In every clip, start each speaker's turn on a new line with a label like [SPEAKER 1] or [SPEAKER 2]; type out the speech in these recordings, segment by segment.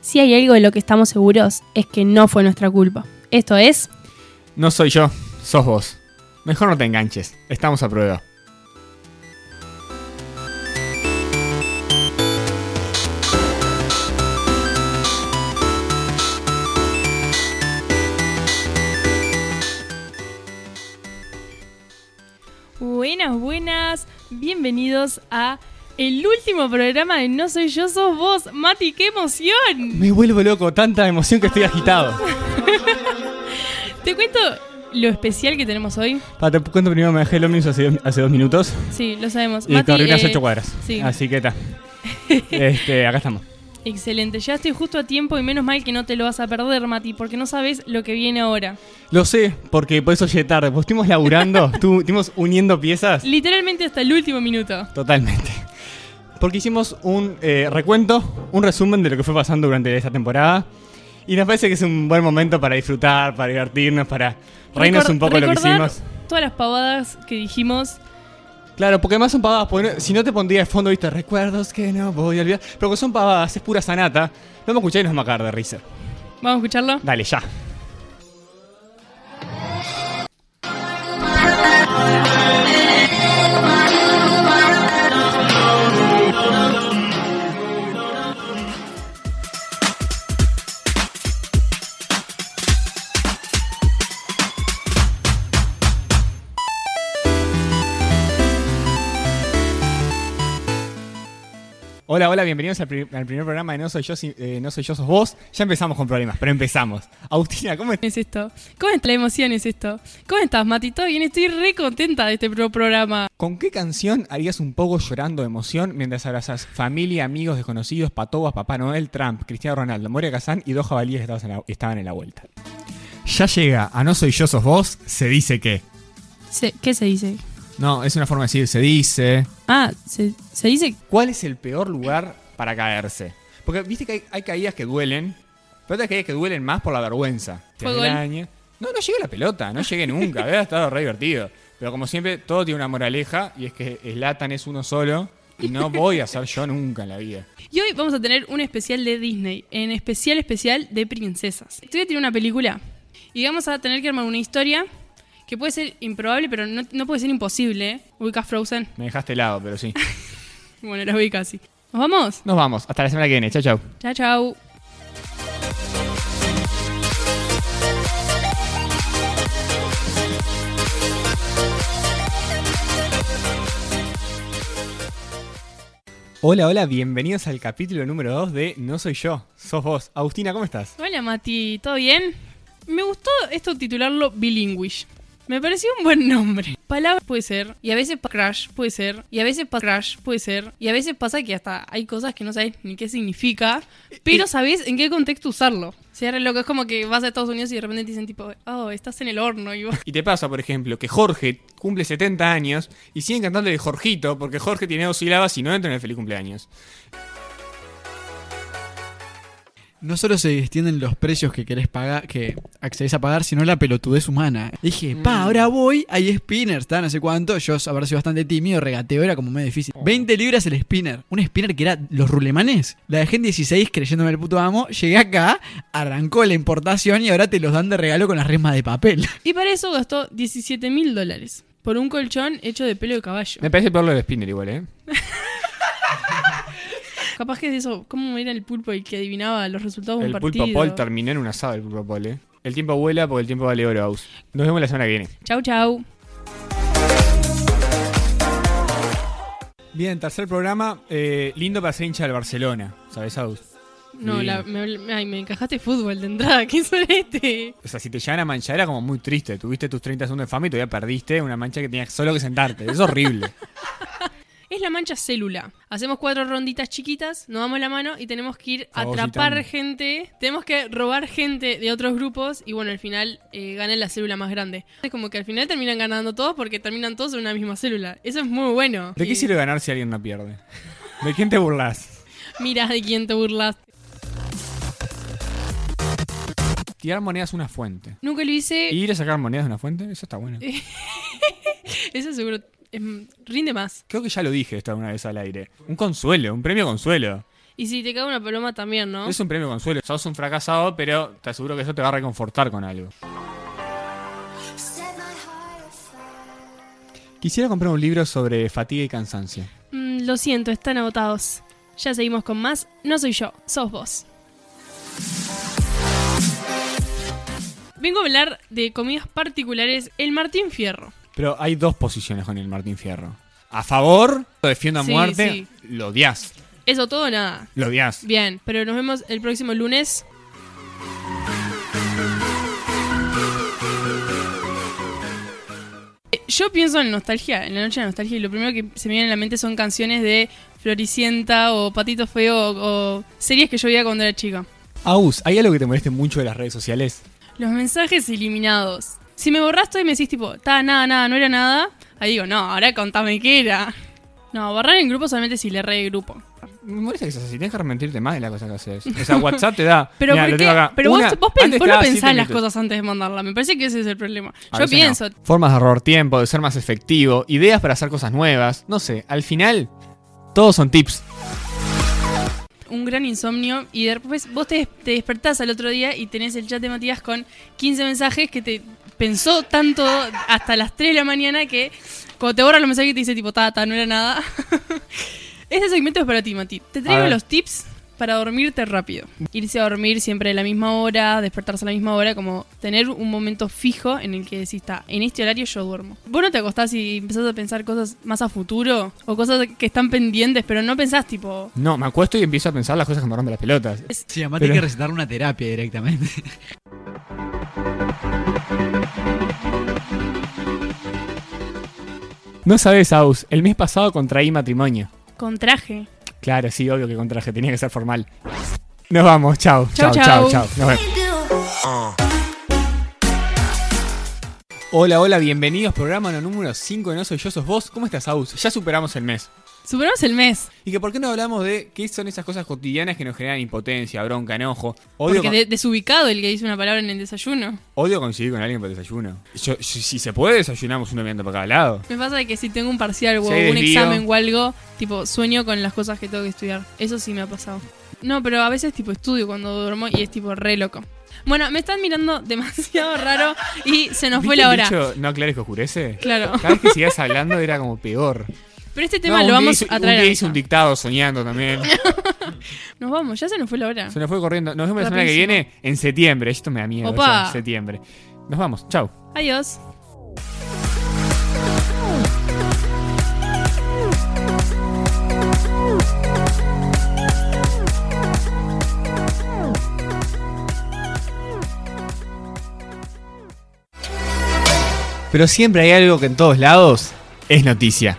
[SPEAKER 1] Si hay algo de lo que estamos seguros es que no fue nuestra culpa. Esto es,
[SPEAKER 2] No soy yo, sos vos. Mejor no te enganches, estamos a prueba.
[SPEAKER 3] Buenas, buenas. Bienvenidos a el último programa de No Soy Yo, Sos Vos. Mati, qué emoción.
[SPEAKER 4] Me vuelvo loco, tanta emoción que estoy agitado.
[SPEAKER 3] Te cuento lo especial que tenemos hoy.
[SPEAKER 4] Pa, te cuento primero, me dejé el ómnibus hace, hace dos minutos
[SPEAKER 3] Sí, lo sabemos.
[SPEAKER 4] y
[SPEAKER 3] Mati,
[SPEAKER 4] corrí unas
[SPEAKER 3] eh,
[SPEAKER 4] ocho cuadras.
[SPEAKER 3] sí.
[SPEAKER 4] Así que está. Este, acá estamos.
[SPEAKER 3] Excelente. Ya estoy justo a tiempo y menos mal que no te lo vas a perder, Mati, porque no sabes lo que viene ahora.
[SPEAKER 4] Lo sé, porque por eso llegué tarde. Pues estuvimos laburando, estu- estuvimos uniendo piezas.
[SPEAKER 3] Literalmente hasta el último minuto.
[SPEAKER 4] Totalmente. Porque hicimos un eh, recuento, un resumen de lo que fue pasando durante esta temporada. Y nos parece que es un buen momento para disfrutar, para divertirnos, para reírnos
[SPEAKER 3] Recor-
[SPEAKER 4] un poco de lo que
[SPEAKER 3] recordar
[SPEAKER 4] hicimos.
[SPEAKER 3] Todas las pavadas que dijimos.
[SPEAKER 4] Claro, porque más son pavadas, porque no- si no te pondría de fondo, viste, recuerdos que no voy a olvidar. Pero que son pavadas, es pura sanata. No me escucháis y nos vamos a cagar de risa.
[SPEAKER 3] Vamos a escucharlo.
[SPEAKER 4] Dale, ya. Hola, hola, bienvenidos al, pri- al primer programa de No Soy Yo, si- eh, No Soy Yo, Sos Vos. Ya empezamos con problemas, pero empezamos. Agustina, ¿cómo estás?
[SPEAKER 3] Es esto. ¿Cómo está la emoción? Es esto. ¿Cómo estás, Mati? ¿Todo bien? Estoy re contenta de este pro- programa.
[SPEAKER 4] ¿Con qué canción harías un poco llorando de emoción mientras abrazas familia, amigos, desconocidos, patobas, Papá Noel, Trump, Cristiano Ronaldo, Moria Kazán y dos jabalíes que estaban en la, estaban en la vuelta?
[SPEAKER 2] Ya llega, a no soy yo, sos vos, se dice que.
[SPEAKER 1] se- ¿qué se dice?
[SPEAKER 2] No, es una forma de decir, se dice.
[SPEAKER 1] Ah, se, se dice,
[SPEAKER 4] ¿Cuál es el peor lugar para caerse? Porque viste que hay, hay caídas que duelen, pero otras caídas que duelen más por la vergüenza. Te
[SPEAKER 3] Fue gol.
[SPEAKER 4] araña. No, no llegué a la pelota, no llegué nunca, había estado re divertido. Pero como siempre, todo tiene una moraleja y es que Latan es uno solo y no voy a ser yo nunca en la vida.
[SPEAKER 3] Y hoy vamos a tener un especial de Disney, Eh, en especial especial de princesas. Te voy a tirar una película y vamos a tener que armar una historia que puede ser improbable, pero no, no puede ser imposible. ¿eh? ¿Ubicas Frozen?
[SPEAKER 4] Me dejaste helado, pero sí.
[SPEAKER 3] Bueno, la ubicas, sí. ¿Nos vamos?
[SPEAKER 4] Nos vamos, hasta la semana que viene, chao chao.
[SPEAKER 3] Chao, chao.
[SPEAKER 4] Hola, hola, bienvenidos al capítulo número 2 de No soy yo, sos vos. Agustina, ¿cómo estás?
[SPEAKER 3] Hola, Mati. ¿Todo bien? Me gustó esto titularlo Bilinguish. Me pareció un buen nombre. Palabra puede ser, y a veces pa- crash puede ser, y a veces pa- crash puede ser, y a veces pasa que hasta hay cosas que no sabes ni qué significa,
[SPEAKER 4] Eh,
[SPEAKER 3] pero sabes en qué contexto usarlo. O sea, re loco, es como que vas a Estados Unidos y de repente te dicen tipo, oh, estás en el horno, y vos...
[SPEAKER 4] Y te pasa, por ejemplo, que Jorge cumple 70 años y siguen cantando de Jorgito porque Jorge tiene dos sílabas y no entra en el feliz cumpleaños.
[SPEAKER 5] No solo se extienden los precios que querés pagar, que accedés a pagar, sino la pelotudez humana. Dije, pa, ahora voy, hay spinner, está no sé cuánto. Yo habrá sido bastante tímido, regateo, era como medio difícil. 20 libras el spinner. Un spinner que era los rulemanes. La dejé en 16 creyéndome el puto amo. Llegué acá, arrancó la importación y ahora te los dan de regalo con las resmas de papel.
[SPEAKER 3] Y para eso gastó 17 mil dólares por un colchón hecho de pelo de caballo.
[SPEAKER 4] Me parece peor lo del spinner igual, ¿eh?
[SPEAKER 3] Capaz que es eso, ¿cómo era el pulpo el que adivinaba los resultados de un
[SPEAKER 4] El
[SPEAKER 3] partido?
[SPEAKER 4] pulpo Paul terminó en un asado, el pulpo Paul, ¿eh? El tiempo vuela porque el tiempo vale oro, Aus. Nos vemos la semana que viene.
[SPEAKER 3] Chau, chau.
[SPEAKER 4] Bien, tercer programa, eh, lindo para ser hincha del Barcelona, ¿sabes, Aus?
[SPEAKER 3] No,
[SPEAKER 4] Sí.
[SPEAKER 3] la- me, ay, me encajaste fútbol de entrada, qué solete.
[SPEAKER 4] O sea, si te llegan a manchar era como muy triste. Tuviste tus 30 segundos de fama y todavía perdiste una mancha que tenías solo que sentarte. Es horrible.
[SPEAKER 3] Es la mancha célula. Hacemos cuatro ronditas chiquitas, nos damos la mano y tenemos que ir a
[SPEAKER 4] Fagocitando.
[SPEAKER 3] atrapar gente. Tenemos que robar gente de otros grupos y bueno, al final eh, gana la célula más grande. Es como que al final terminan ganando todos porque terminan todos en una misma célula. Eso es muy bueno.
[SPEAKER 4] ¿De qué sirve ganar si alguien no pierde? ¿De quién te burlas?
[SPEAKER 3] Mirás de quién te burlaste.
[SPEAKER 4] Tirar monedas a una fuente.
[SPEAKER 3] Nunca lo hice.
[SPEAKER 4] Ir a sacar monedas de una fuente, eso está bueno.
[SPEAKER 3] Eso seguro es- mm, rinde más.
[SPEAKER 4] Creo que ya lo dije esto una vez al aire. Un consuelo, un premio consuelo.
[SPEAKER 3] Y si te cae una paloma también, ¿no?
[SPEAKER 4] Es un premio consuelo. Sos un fracasado, pero te aseguro que eso te va a reconfortar con algo.
[SPEAKER 6] Set my heart afire.
[SPEAKER 7] Quisiera comprar un libro sobre fatiga y cansancio.
[SPEAKER 3] Mm, lo siento, están agotados. Ya seguimos con más. No soy yo, sos vos. Vengo a hablar de comidas particulares. El Martín Fierro.
[SPEAKER 4] Pero hay dos posiciones con el Martín Fierro. A favor, lo defiendo a
[SPEAKER 3] Sí,
[SPEAKER 4] muerte,
[SPEAKER 3] sí.
[SPEAKER 4] lo odias.
[SPEAKER 3] Eso todo o nada.
[SPEAKER 4] Lo odias.
[SPEAKER 3] Bien, pero nos vemos el próximo lunes. Eh, Yo pienso en nostalgia, en la noche de la nostalgia, y lo primero que se me viene a la mente son canciones de Floricienta o Patito Feo o, o series que yo veía cuando era chica.
[SPEAKER 7] Agus, ¿hay algo que te moleste mucho de las redes sociales?
[SPEAKER 3] Los mensajes eliminados. Si me borraste y me decís tipo, ta, nada, nada, no era nada, ahí digo, no, ahora contame qué era. No, borrar en grupo solamente si le re de grupo.
[SPEAKER 4] Me molesta que seas así. Tienes que arrepentirte más de las cosas que haces. O sea, WhatsApp te da.
[SPEAKER 3] Pero,
[SPEAKER 4] Mirá,
[SPEAKER 3] ¿por
[SPEAKER 4] lo
[SPEAKER 3] qué?
[SPEAKER 4] tengo acá.
[SPEAKER 3] pero
[SPEAKER 4] Una-
[SPEAKER 3] vos, vos, pen-
[SPEAKER 4] antes
[SPEAKER 3] vos no
[SPEAKER 4] estaba siete
[SPEAKER 3] pensás las
[SPEAKER 4] minutos.
[SPEAKER 3] cosas antes de mandarla. Me parece que ese es el problema.
[SPEAKER 4] A
[SPEAKER 3] Yo
[SPEAKER 4] veces
[SPEAKER 3] pienso,
[SPEAKER 4] no. Formas de ahorrar tiempo, de ser más efectivo, ideas para hacer cosas nuevas. No sé, al final, todos son tips.
[SPEAKER 3] un gran insomnio y después vos te, te despertás al otro día y tenés el chat de Matías con 15 mensajes que te pensó tanto hasta las 3 de la mañana que cuando te borran los mensajes te dice tipo, tata, no era nada. este segmento es para ti, Mati. Te traigo
[SPEAKER 4] ver.
[SPEAKER 3] los tips para dormirte rápido. Irse a dormir siempre a la misma hora, despertarse a la misma hora, como tener un momento fijo en el que decís, "Ta, en este horario yo duermo. Vos no te acostás y empezás a pensar cosas más a futuro o cosas que están pendientes, pero no pensás tipo,
[SPEAKER 4] No, me acuesto y empiezo a pensar las cosas que me rompen las pelotas.
[SPEAKER 5] Sí, además
[SPEAKER 4] Pero-
[SPEAKER 5] tiene que recetar una terapia directamente.
[SPEAKER 4] No sabes, Aus, el mes pasado contraí matrimonio.
[SPEAKER 3] Con traje.
[SPEAKER 4] Claro, sí, obvio que contraje, tenía que ser formal. Nos vamos, chao,
[SPEAKER 3] Chau,
[SPEAKER 4] chao,
[SPEAKER 3] chau.
[SPEAKER 4] chao, chao. Nos vemos. Hola, hola, bienvenidos. Programa número 5 de No Soy Yo, Sos Vos. ¿Cómo estás, Aus? Ya superamos el mes.
[SPEAKER 3] Superamos el mes.
[SPEAKER 4] Y que por qué no hablamos de qué son esas cosas cotidianas que nos generan impotencia, bronca, enojo. Odio,
[SPEAKER 3] Porque
[SPEAKER 4] con-
[SPEAKER 3] de- desubicado el que dice una palabra en el desayuno.
[SPEAKER 4] odio coincidir con alguien para el desayuno. Yo- si, si se puede, desayunamos uno mirando para cada lado.
[SPEAKER 3] Me pasa que si tengo un parcial o
[SPEAKER 4] Si hay
[SPEAKER 3] un
[SPEAKER 4] desvío.
[SPEAKER 3] examen o algo, tipo, sueño con las cosas que tengo que estudiar. Eso sí me ha pasado. No, pero a veces tipo estudio cuando duermo y es tipo re loco. Bueno, me están mirando demasiado raro y se nos fue
[SPEAKER 4] ¿Viste
[SPEAKER 3] la
[SPEAKER 4] el
[SPEAKER 3] hora.
[SPEAKER 4] dicho, no aclares que oscurece.
[SPEAKER 3] Claro.
[SPEAKER 4] Cada vez que sigas hablando era como peor.
[SPEAKER 3] Pero este
[SPEAKER 4] No,
[SPEAKER 3] tema lo
[SPEAKER 4] un día
[SPEAKER 3] vamos
[SPEAKER 4] hice-
[SPEAKER 3] a traer.
[SPEAKER 4] Un
[SPEAKER 3] a
[SPEAKER 4] día
[SPEAKER 3] mesa.
[SPEAKER 4] hice un dictado soñando también.
[SPEAKER 3] Nos vamos, ya se nos fue la hora.
[SPEAKER 4] Ah. Se nos fue corriendo. Nos vemos la semana que
[SPEAKER 3] Rapidísimo.
[SPEAKER 4] viene en septiembre. Esto me da miedo.
[SPEAKER 3] Opa.
[SPEAKER 4] ya, en septiembre. Nos vamos. Chau.
[SPEAKER 3] Adiós.
[SPEAKER 4] Pero siempre hay algo que en todos lados es noticia.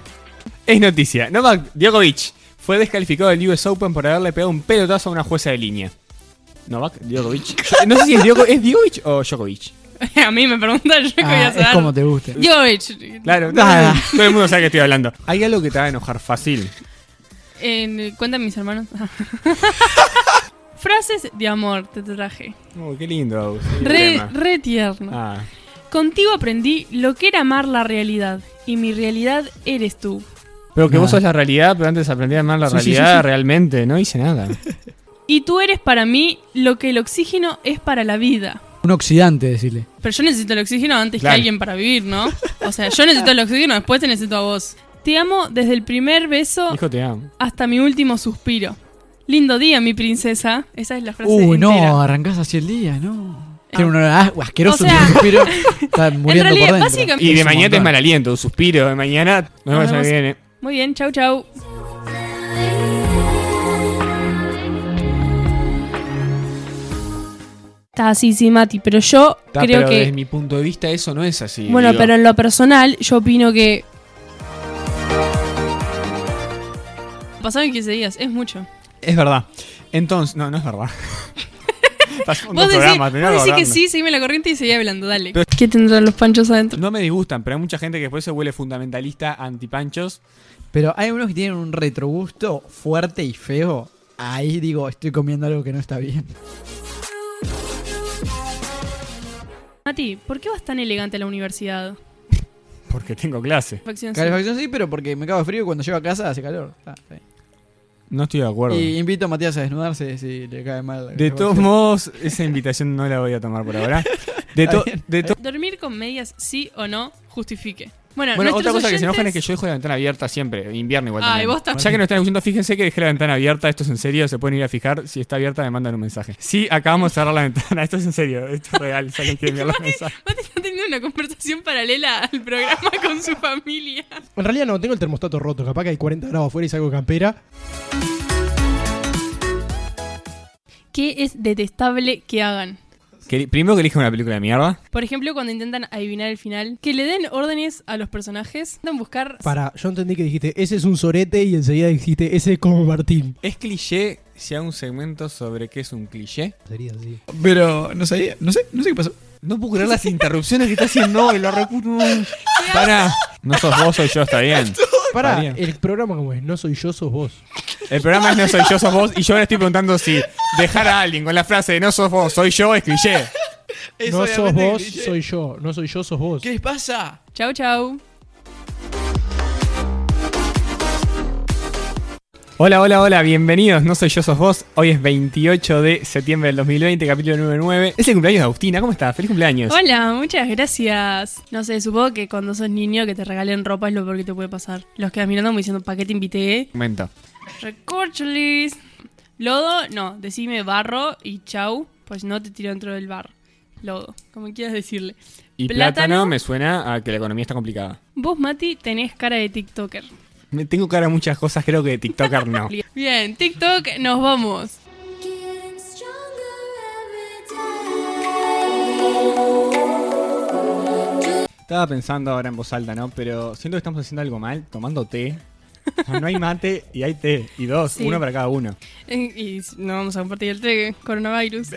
[SPEAKER 4] Es noticia. Novak Djokovic fue descalificado del US Open por haberle pegado un pelotazo a una jueza de línea. Novak Djokovic. Yo- No sé si es Djokovic, ¿es Djokovic o Djokovic.
[SPEAKER 3] a mí me preguntan, yo qué voy
[SPEAKER 5] Ah,
[SPEAKER 3] a
[SPEAKER 5] es
[SPEAKER 3] hacer.
[SPEAKER 5] como te guste.
[SPEAKER 3] Djokovic.
[SPEAKER 4] Claro, no,
[SPEAKER 5] Nada.
[SPEAKER 4] todo el mundo sabe que estoy hablando. Hay algo que te va a enojar fácil.
[SPEAKER 3] En, cuentan mis hermanos. Frases de amor te traje.
[SPEAKER 4] Uy, qué lindo. Agus, qué
[SPEAKER 3] Re,
[SPEAKER 4] tema.
[SPEAKER 3] re tierno.
[SPEAKER 4] Ah.
[SPEAKER 3] Contigo aprendí lo que era amar la realidad. Y mi realidad eres tú.
[SPEAKER 4] Pero que vos
[SPEAKER 5] Nada.
[SPEAKER 4] sos la realidad, pero antes aprendí a amar la
[SPEAKER 5] Sí, sí, sí,
[SPEAKER 4] realidad
[SPEAKER 5] sí.
[SPEAKER 4] realmente. No hice nada.
[SPEAKER 3] Y tú eres para mí lo que el oxígeno es para la vida.
[SPEAKER 5] Un oxidante, decirle.
[SPEAKER 3] Pero yo necesito el oxígeno antes que
[SPEAKER 4] Claro.
[SPEAKER 3] alguien para vivir, ¿no? O sea, yo necesito el oxígeno, después te necesito a vos. Te amo desde el primer beso
[SPEAKER 4] Hijo, te amo.
[SPEAKER 3] hasta mi último suspiro. Lindo día, mi princesa. Esa es la frase
[SPEAKER 4] Uh,
[SPEAKER 5] Uy,
[SPEAKER 3] entera. Ah.
[SPEAKER 5] no, arrancás así el día, no. Tiene un olor a- asqueroso
[SPEAKER 3] O sea-
[SPEAKER 5] tu suspiro. Está muriendo
[SPEAKER 3] En realidad,
[SPEAKER 5] por dentro.
[SPEAKER 3] básicamente-
[SPEAKER 4] Y
[SPEAKER 5] Es
[SPEAKER 4] de
[SPEAKER 5] un
[SPEAKER 4] mañana te es
[SPEAKER 5] montón.
[SPEAKER 4] mal aliento, un suspiro. De mañana nos vemos el año
[SPEAKER 3] vemos.
[SPEAKER 4] que viene.
[SPEAKER 3] Muy bien, chau, chau. Está así, Ah, sí, Mati, pero yo
[SPEAKER 4] Ta,
[SPEAKER 3] creo
[SPEAKER 4] pero
[SPEAKER 3] que.
[SPEAKER 4] desde mi punto de vista eso no es así.
[SPEAKER 3] Bueno,
[SPEAKER 4] digo.
[SPEAKER 3] pero en lo personal, yo opino que. Pasaron 15 días, es mucho.
[SPEAKER 4] Es verdad. Entonces, no, no es verdad. Pasamos
[SPEAKER 3] Vos
[SPEAKER 4] dos
[SPEAKER 3] decís,
[SPEAKER 4] programas,
[SPEAKER 3] vos
[SPEAKER 4] tenía
[SPEAKER 3] decís que
[SPEAKER 4] hablando.
[SPEAKER 3] sí, seguime la corriente y seguí hablando, dale.
[SPEAKER 4] Pero-
[SPEAKER 3] ¿Qué tendrán los panchos adentro?
[SPEAKER 4] No me disgustan, pero hay mucha gente que después se vuelve fundamentalista, antipanchos.
[SPEAKER 5] Pero hay unos que tienen un retrogusto fuerte y feo. Ahí digo, estoy comiendo algo que no está bien.
[SPEAKER 3] Mati, ¿por qué vas tan elegante a la universidad?
[SPEAKER 4] Porque tengo clase.
[SPEAKER 3] Facción sí.
[SPEAKER 5] Calefacción sí, pero porque me cago de frío y cuando llego a casa hace calor. Ah, está bien.
[SPEAKER 4] No estoy de acuerdo.
[SPEAKER 5] Y invito a Matías a desnudarse si le cae mal.
[SPEAKER 4] De todos modos, esa invitación no la voy a tomar por ahora. De, to- de to-
[SPEAKER 3] Dormir con medias, sí o no, justifique. Bueno,
[SPEAKER 4] Bueno,
[SPEAKER 3] nuestros
[SPEAKER 4] otra cosa que se
[SPEAKER 3] oyentes-
[SPEAKER 4] enojan es que yo dejo la ventana abierta siempre, en invierno igual.
[SPEAKER 3] Ay,
[SPEAKER 4] también.
[SPEAKER 3] vos también.
[SPEAKER 4] Ya que no están escuchando, fíjense que dejé la ventana abierta, esto es en serio, se pueden ir a fijar. Si está abierta, me mandan un mensaje. Sí, acabamos de cerrar la ventana, esto es en serio, esto es real, si alguien quiere enviar los mensajes.
[SPEAKER 3] Mati está teniendo una conversación paralela al programa con su familia.
[SPEAKER 8] En realidad no, tengo el termostato roto. Capaz que hay 40 grados afuera y salgo de campera.
[SPEAKER 3] ¿Qué es detestable que hagan?
[SPEAKER 4] Que- primero que elijan una película de mierda.
[SPEAKER 3] Por ejemplo, cuando intentan adivinar el final, que le den órdenes a los personajes, intentan buscar
[SPEAKER 8] Para, yo entendí que dijiste, ese es un sorete y enseguida dijiste, ese es como Martín.
[SPEAKER 4] Es cliché si hago un segmento sobre qué es un cliché.
[SPEAKER 8] Sería así.
[SPEAKER 5] Pero no sabía, no sé, no sé qué pasó.
[SPEAKER 4] No puedo creer las interrupciones que está haciendo el arrecuno. Para. No sos vos, soy yo, está bien.
[SPEAKER 8] Pará,
[SPEAKER 4] María.
[SPEAKER 8] el programa como es, no soy yo, sos vos.
[SPEAKER 4] El programa es No soy yo, sos vos. Y yo ahora estoy preguntando si dejar a alguien con la frase de No sos vos, soy yo es cliché.
[SPEAKER 8] No sos vos, soy yo. No soy yo, sos vos.
[SPEAKER 5] ¿Qué les pasa?
[SPEAKER 3] chau chau.
[SPEAKER 4] Hola, hola, hola, bienvenidos. No soy yo, sos vos. Hoy es 28 de septiembre del 2020, capítulo 99. Es el cumpleaños de Agustina. ¿Cómo estás? Feliz cumpleaños.
[SPEAKER 3] Hola, muchas gracias. No sé, supongo que cuando sos niño que te regalen ropa es lo peor que te puede pasar. Los quedas mirando como diciendo, ¿para qué te invité?
[SPEAKER 4] Momento.
[SPEAKER 3] Recorcholis. Lodo, no, decime barro y chau, pues no te tiro dentro del bar. Lodo, como quieras decirle.
[SPEAKER 4] Y plátano,
[SPEAKER 3] Plátano.
[SPEAKER 4] me suena a que la economía está complicada.
[SPEAKER 3] Vos, Mati, tenés cara de TikToker.
[SPEAKER 4] Me tengo cara a muchas cosas, creo que de TikToker no.
[SPEAKER 3] Bien, TikTok, nos vamos.
[SPEAKER 9] Getting stronger every day.
[SPEAKER 4] Estaba pensando ahora en voz alta, ¿no? Pero siento que estamos haciendo algo mal, tomando té. O sea, no hay mate y hay té. Y dos,
[SPEAKER 3] Sí.
[SPEAKER 4] uno para cada uno.
[SPEAKER 3] Eh, Y no vamos a compartir el té, coronavirus.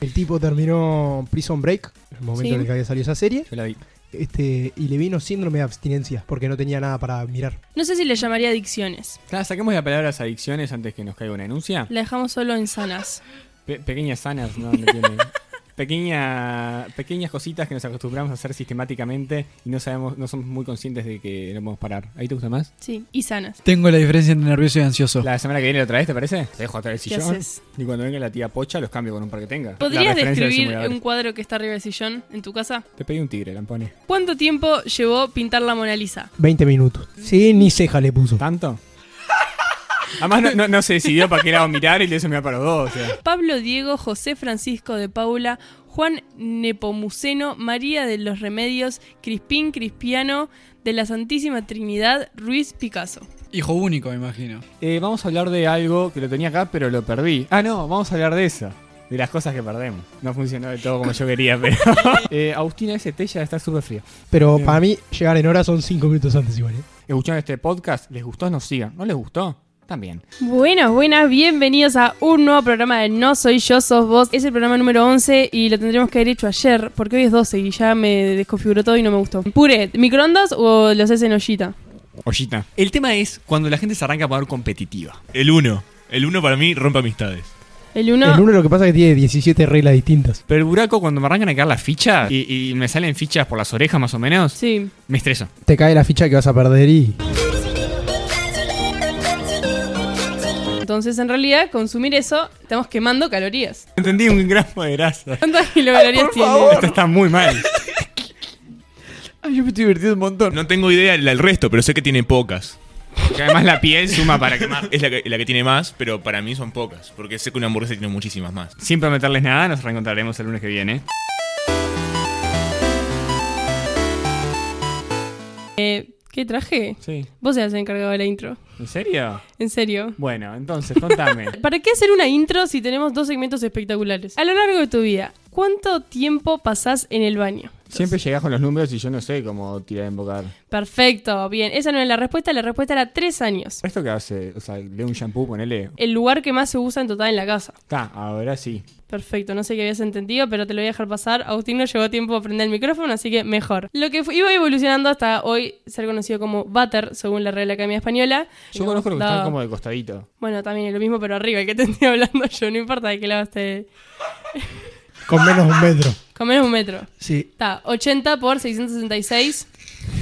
[SPEAKER 8] El tipo terminó Prison Break, el momento
[SPEAKER 3] Sí.
[SPEAKER 8] en el que había salido esa serie,
[SPEAKER 4] Yo la vi.
[SPEAKER 8] este, y le vino síndrome de abstinencia, porque no tenía nada para mirar.
[SPEAKER 3] No sé si le llamaría adicciones.
[SPEAKER 4] Claro, saquemos la palabra las adicciones antes que nos caiga una denuncia.
[SPEAKER 3] La dejamos solo en sanas.
[SPEAKER 4] Pe- pequeñas sanas, no, no tiene. Pequeña, pequeñas cositas que nos acostumbramos a hacer sistemáticamente y no sabemos, no somos muy conscientes de que no podemos parar. ¿Ahí te gusta más?
[SPEAKER 3] Sí, y sanas.
[SPEAKER 5] Tengo la diferencia entre nervioso y ansioso.
[SPEAKER 4] La semana que viene lo traes, ¿te parece? Te dejo atrás el
[SPEAKER 3] ¿Qué
[SPEAKER 4] sillón.
[SPEAKER 3] haces?
[SPEAKER 4] Y cuando venga la tía Pocha los cambio con un par que tenga. La
[SPEAKER 3] ¿Podrías
[SPEAKER 4] referencia del
[SPEAKER 3] describir
[SPEAKER 4] simulador.
[SPEAKER 3] un cuadro que está arriba del sillón en tu casa?
[SPEAKER 4] Te pedí un tigre, Lampone.
[SPEAKER 3] ¿Cuánto tiempo llevó pintar la Mona Lisa?
[SPEAKER 8] 20 minutos. Sí, ni ceja le puso.
[SPEAKER 4] ¿Tanto? Además no, no- no se decidió para qué lado mirar y le hizo mirar para los dos. o sea.
[SPEAKER 3] Pablo Diego, José Francisco de Paula, Juan Nepomuceno, María de los Remedios, Crispín Crispiano, de la Santísima Trinidad, Ruiz Picasso.
[SPEAKER 5] Hijo único, me imagino.
[SPEAKER 4] Eh, vamos a hablar de algo que lo tenía acá pero lo perdí. Ah, no, vamos a hablar de eso. De las cosas que perdemos. No funcionó de todo como yo quería, pero... Eh, Agustina, ese té ya está súper frío.
[SPEAKER 8] Pero
[SPEAKER 4] Bien.
[SPEAKER 8] para mí, llegar en hora son 5 minutos antes igual. ¿eh?
[SPEAKER 4] escucharon este podcast, les gustó, nos sigan. ¿No les gustó? También.
[SPEAKER 3] Buenas, buenas, bienvenidos a un nuevo programa de No Soy Yo, Sos Vos. Es el programa número 11 y lo tendremos que haber hecho ayer, porque hoy es 12 y ya me desconfiguró todo y no me gustó. Pure, ¿microondas o los haces en ollita?
[SPEAKER 4] Ollita. El tema es cuando la gente se arranca a poner competitiva.
[SPEAKER 10] El 1. El 1 para mí rompe amistades.
[SPEAKER 3] El 1...
[SPEAKER 8] El uno lo que pasa es que tiene 17 reglas distintas.
[SPEAKER 4] Pero el buraco, cuando me arrancan a caer las fichas y, y me salen fichas por las orejas más o menos,
[SPEAKER 3] Sí.
[SPEAKER 4] me estreso.
[SPEAKER 8] Te cae la ficha que vas a perder y...
[SPEAKER 3] Entonces, en realidad, consumir eso, estamos quemando calorías.
[SPEAKER 4] Entendí un gramo de grasa.
[SPEAKER 3] ¿Cuántas kilocalorías tiene?
[SPEAKER 4] Esto está muy mal.
[SPEAKER 5] Ay, yo me estoy divirtiendo un montón.
[SPEAKER 10] No tengo idea del resto, pero sé que tiene pocas.
[SPEAKER 4] Porque además la piel suma para quemar.
[SPEAKER 10] Es la que, la que tiene más, pero para mí son pocas. Porque sé que una hamburguesa tiene muchísimas más.
[SPEAKER 4] Sin prometerles nada, nos reencontraremos el lunes que viene.
[SPEAKER 3] ¿Qué traje?
[SPEAKER 4] Sí.
[SPEAKER 3] Vos eras el encargado de la intro.
[SPEAKER 4] ¿En serio?
[SPEAKER 3] En serio.
[SPEAKER 4] Bueno, entonces, contame.
[SPEAKER 3] ¿Para qué hacer una intro si tenemos dos segmentos espectaculares? A lo largo de tu vida, ¿cuánto tiempo pasás en el baño?
[SPEAKER 4] Siempre llegás con los números y yo no sé cómo tirar en bocar.
[SPEAKER 3] Perfecto, bien. Esa no es la respuesta, la respuesta era tres años.
[SPEAKER 4] ¿Esto qué hace? O sea, leo un shampoo, ponele.
[SPEAKER 3] El lugar que más se usa en total en la casa.
[SPEAKER 4] Está, ahora sí.
[SPEAKER 3] Perfecto, no sé qué habías entendido, pero te lo voy a dejar pasar. Agustín no llegó a tiempo a prender el micrófono, así que mejor. Lo que fu- iba evolucionando hasta hoy ser conocido como butter, según la Real Academia Española.
[SPEAKER 4] Yo conozco los que
[SPEAKER 3] Da-
[SPEAKER 4] están como de costadito.
[SPEAKER 3] Bueno, también es lo mismo, pero arriba, el que te estoy hablando yo, no importa de qué lado esté.
[SPEAKER 8] Con menos de un metro.
[SPEAKER 3] Con menos de un metro.
[SPEAKER 5] Sí.
[SPEAKER 3] Está, 80 por 666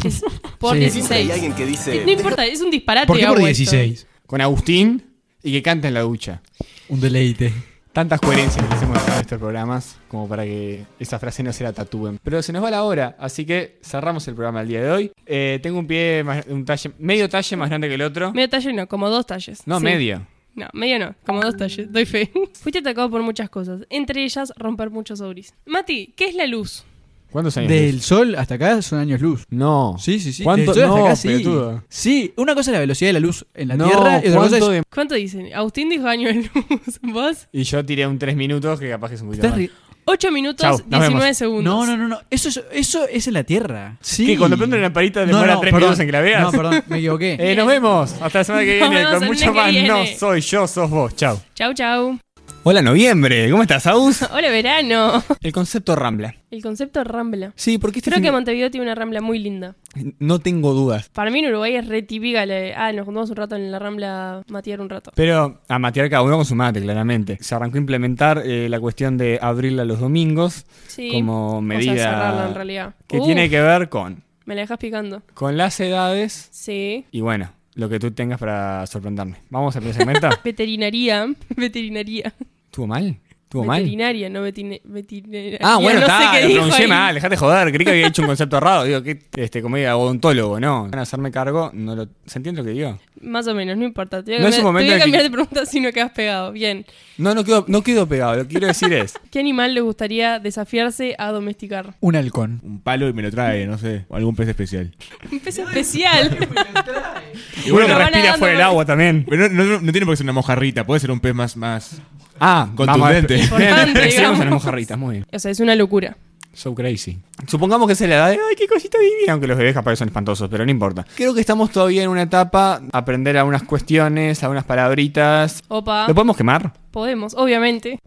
[SPEAKER 3] es por
[SPEAKER 5] Sí.
[SPEAKER 3] 16.
[SPEAKER 11] Hay alguien que dice.
[SPEAKER 3] No importa, es un disparate.
[SPEAKER 8] ¿Por qué por
[SPEAKER 3] hago esto.
[SPEAKER 8] 16?
[SPEAKER 4] Con Agustín Y que canta en la ducha.
[SPEAKER 5] Un deleite.
[SPEAKER 4] Tantas coherencias que hacemos acá en estos programas como para que esa frase no se la tatúen. Pero se nos va la hora, así que cerramos el programa el día de hoy. Eh, tengo un pie, más- un talle, medio talle más grande que el otro.
[SPEAKER 3] Medio talle no, como dos talles.
[SPEAKER 4] No,
[SPEAKER 3] Sí.
[SPEAKER 4] medio.
[SPEAKER 3] No, medio no, como dos talles, doy fe. Fuiste atacado por muchas cosas, entre ellas romper muchos auris. Mati, ¿qué es la luz?
[SPEAKER 4] ¿Cuántos años?
[SPEAKER 5] Del sol hasta acá son años luz.
[SPEAKER 4] No.
[SPEAKER 5] Sí, sí, sí.
[SPEAKER 4] ¿Cuánto?
[SPEAKER 5] Del sol hasta
[SPEAKER 4] No,
[SPEAKER 5] acá, sí.
[SPEAKER 4] pelotudo.
[SPEAKER 5] Sí, una cosa es la velocidad de la luz en la
[SPEAKER 4] No,
[SPEAKER 5] Tierra y otra cosa es...
[SPEAKER 4] ¿cuánto de-
[SPEAKER 3] ¿Cuánto dicen? Agustín dijo año de luz. ¿Vos?
[SPEAKER 4] Y yo tiré un 3 minutos que capaz que es un poquito
[SPEAKER 5] Estás
[SPEAKER 4] más.
[SPEAKER 5] re-
[SPEAKER 3] 8 minutos
[SPEAKER 4] Chau, nos
[SPEAKER 3] 19
[SPEAKER 4] vemos.
[SPEAKER 3] segundos.
[SPEAKER 5] No, no, no, no. Eso es, eso es en la Tierra. Sí.
[SPEAKER 4] Que cuando prende una lamparita demora 3
[SPEAKER 5] perdón.
[SPEAKER 4] minutos en que la veas.
[SPEAKER 5] No, perdón, me equivoqué.
[SPEAKER 4] Eh, nos vemos. Hasta la semana que
[SPEAKER 3] Nos
[SPEAKER 4] viene.
[SPEAKER 3] vemos
[SPEAKER 4] Con
[SPEAKER 3] el
[SPEAKER 4] mucho
[SPEAKER 3] lunes que
[SPEAKER 4] más. No
[SPEAKER 3] viene.
[SPEAKER 4] soy yo, sos vos. Chao.
[SPEAKER 3] Chau, chau.
[SPEAKER 4] Hola, noviembre. ¿Cómo estás, Aus?
[SPEAKER 3] Hola, verano.
[SPEAKER 4] El concepto Rambla.
[SPEAKER 3] El concepto rambla.
[SPEAKER 4] Sí, porque este
[SPEAKER 3] Creo
[SPEAKER 4] fin-
[SPEAKER 3] que Montevideo tiene una rambla muy linda.
[SPEAKER 4] no tengo dudas.
[SPEAKER 3] Para mí en Uruguay es re típica. la de, Ah, nos juntamos un rato en la rambla a matear un rato.
[SPEAKER 4] Pero a matear cada uno con su mate, claramente. Se arrancó a implementar eh, la cuestión de abrirla los domingos
[SPEAKER 3] Sí.
[SPEAKER 4] como medida
[SPEAKER 3] O sea, cerrarla en realidad.
[SPEAKER 4] que
[SPEAKER 3] Uf,
[SPEAKER 4] tiene que ver con,
[SPEAKER 3] Me la dejas picando.
[SPEAKER 4] con las edades
[SPEAKER 3] Sí.
[SPEAKER 4] y bueno, lo que tú tengas para sorprenderme. Vamos al primer segmento.
[SPEAKER 3] Veterinaría. Veterinaria.
[SPEAKER 4] ¿Estuvo mal? ¿Estuvo mal?
[SPEAKER 3] Veterinaria, no vetine- veterinaria.
[SPEAKER 4] Ah, bueno,
[SPEAKER 3] no
[SPEAKER 4] está,
[SPEAKER 3] sé qué
[SPEAKER 4] lo
[SPEAKER 3] dijo
[SPEAKER 4] pronuncié
[SPEAKER 3] ahí.
[SPEAKER 4] mal, dejate joder, creí que había hecho un concepto errado. Digo, que este, como diga, odontólogo, no. Van a hacerme cargo, no lo, ¿se entiende lo que digo?
[SPEAKER 3] Más o menos, no importa. Te voy a
[SPEAKER 4] No es
[SPEAKER 3] cambiar,
[SPEAKER 4] un momento
[SPEAKER 3] te voy a
[SPEAKER 4] en que-
[SPEAKER 3] cambiar de pregunta si no quedas pegado. Bien.
[SPEAKER 4] No, no quedo, no quedo pegado, lo que quiero decir es,
[SPEAKER 3] ¿Qué animal le gustaría desafiarse a domesticar?
[SPEAKER 5] Un halcón.
[SPEAKER 10] Un palo y me lo trae, no sé. o algún pez especial.
[SPEAKER 3] Un pez especial.
[SPEAKER 10] Y
[SPEAKER 4] uno
[SPEAKER 10] bueno,
[SPEAKER 4] que
[SPEAKER 3] van
[SPEAKER 4] respira
[SPEAKER 3] nadando
[SPEAKER 4] fuera del
[SPEAKER 3] por-
[SPEAKER 4] agua también.
[SPEAKER 10] pero no, no- no tiene por qué ser una mojarrita, puede ser un pez más. más...
[SPEAKER 4] Ah,
[SPEAKER 10] Contundente.
[SPEAKER 4] vamos a- Bien,
[SPEAKER 3] Importante,
[SPEAKER 4] empecemos
[SPEAKER 3] digamos.
[SPEAKER 4] a las mojarritas, muy bien.
[SPEAKER 3] o sea, es una locura.
[SPEAKER 4] So crazy. Supongamos que se le da de, ay, qué cosita divina, aunque los bebés capaz que son espantosos, pero no importa. Creo que estamos todavía en una etapa, aprender algunas cuestiones, algunas palabritas.
[SPEAKER 3] Opa,
[SPEAKER 4] ¿Lo podemos quemar?
[SPEAKER 3] podemos, obviamente.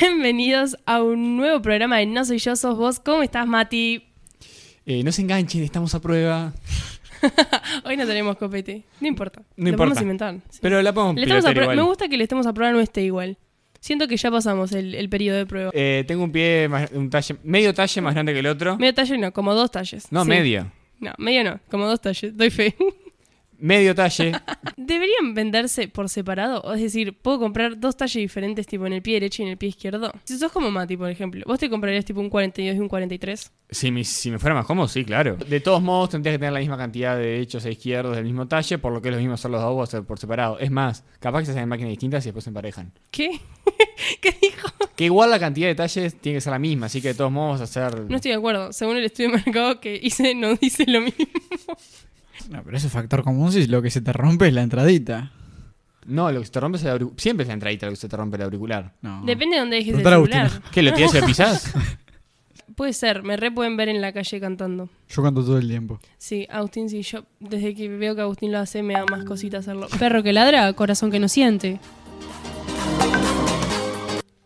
[SPEAKER 3] Bienvenidos a un nuevo programa de No Soy Yo, Sos Vos. ¿Cómo estás, Mati?
[SPEAKER 4] Eh, no se enganchen, estamos a prueba.
[SPEAKER 3] Hoy no tenemos copete. No importa.
[SPEAKER 4] No
[SPEAKER 3] Lo
[SPEAKER 4] importa.
[SPEAKER 3] podemos inventar. Sí.
[SPEAKER 4] Pero la podemos
[SPEAKER 3] Le estamos a
[SPEAKER 4] pilotear
[SPEAKER 3] pro-
[SPEAKER 4] igual.
[SPEAKER 3] Me gusta que le estemos a prueba no esté igual. Siento que ya pasamos el, el periodo de prueba.
[SPEAKER 4] Eh, tengo un pie, más- un talle, medio talle más grande que el otro.
[SPEAKER 3] Medio talle no, como dos talles.
[SPEAKER 4] no,
[SPEAKER 3] Sí.
[SPEAKER 4] medio.
[SPEAKER 3] No, medio no, como dos talles. Doy fe.
[SPEAKER 4] Medio talle.
[SPEAKER 3] ¿Deberían venderse por separado? O Es decir, puedo comprar dos talles diferentes, tipo en el pie derecho y en el pie izquierdo. Si sos como Mati, por ejemplo, ¿vos te comprarías tipo un 42 y un 43?
[SPEAKER 4] si, me, si me fuera más cómodo, sí, claro. De todos modos, tendrías que tener la misma cantidad de derechos e izquierdos del mismo talle, por lo que es lo mismo hacer los dos o hacer por separado. Es más, capaz que se hacen en máquinas distintas y después se emparejan.
[SPEAKER 3] ¿Qué? ¿Qué dijo?
[SPEAKER 4] Que igual la cantidad de talles tiene que ser la misma, así que de todos modos vas a hacer...
[SPEAKER 3] No estoy de acuerdo. Según el estudio de mercado que hice, no dice lo mismo.
[SPEAKER 5] No, pero eso es factor común si lo que se te rompe es la entradita.
[SPEAKER 4] No, lo que se te rompe es el auricular. Siempre es la entradita lo que se te rompe el auricular.
[SPEAKER 5] No.
[SPEAKER 3] Depende de dónde dejes el
[SPEAKER 5] Preguntale a
[SPEAKER 3] celular.
[SPEAKER 4] ¿Qué, lo tirás y lo pisás?
[SPEAKER 3] Puede ser, me re pueden ver en la calle cantando.
[SPEAKER 5] Yo canto todo el tiempo.
[SPEAKER 3] Sí, Agustín, sí, yo desde que veo que Agustín lo hace me da más cosita hacerlo. Perro que ladra, corazón que no siente.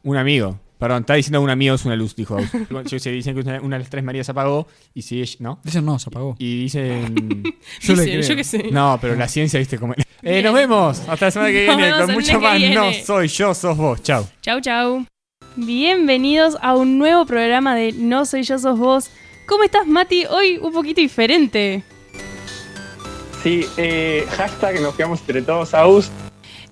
[SPEAKER 4] un amigo. Perdón, está diciendo un amigo es una luz, dijo Aus. Bueno, Yo sé, dicen que una, una de las tres Marías se apagó y si ella- ¿No?
[SPEAKER 5] Dicen no, se apagó.
[SPEAKER 4] Y dicen...
[SPEAKER 5] Yo le
[SPEAKER 3] Dice,
[SPEAKER 5] creo.
[SPEAKER 3] yo qué sé.
[SPEAKER 4] No, pero la ciencia, viste cómo es. Eh,
[SPEAKER 3] Bien.
[SPEAKER 4] nos vemos. Hasta la semana que
[SPEAKER 3] Nos
[SPEAKER 4] viene.
[SPEAKER 3] vemos
[SPEAKER 4] Con
[SPEAKER 3] el
[SPEAKER 4] mucho
[SPEAKER 3] lunes
[SPEAKER 4] más.
[SPEAKER 3] que
[SPEAKER 4] No
[SPEAKER 3] viene.
[SPEAKER 4] soy yo, sos vos. Chau.
[SPEAKER 3] Chau, chau. Bienvenidos a un nuevo programa de No Soy Yo, Sos Vos. ¿Cómo estás, Mati? Hoy un poquito diferente.
[SPEAKER 12] Sí, eh, hashtag nos quedamos entre todos, Aus.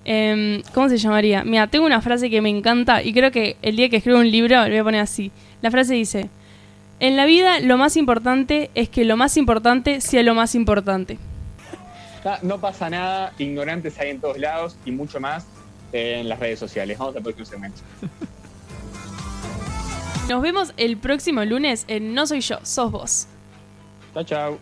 [SPEAKER 3] Em, ¿Cómo se llamaría? Mira, tengo una frase que me encanta y creo que el día que escribo un libro le voy a poner así. La frase dice, en la vida lo más importante es que lo más importante sea lo más importante.
[SPEAKER 12] Ah, No pasa nada, ignorantes hay en todos lados y mucho más eh, en las redes sociales. Vamos al próximo segmento.
[SPEAKER 3] Nos vemos el próximo lunes en No Soy Yo, Sos Vos.
[SPEAKER 12] Chao, chao.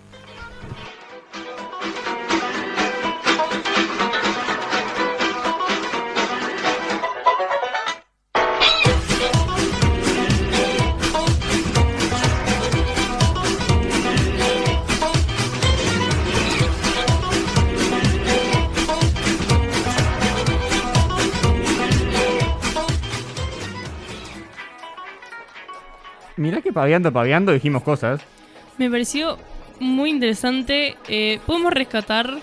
[SPEAKER 4] Mirá que paviando, paviando dijimos cosas.
[SPEAKER 3] Me pareció muy interesante. Eh, podemos rescatar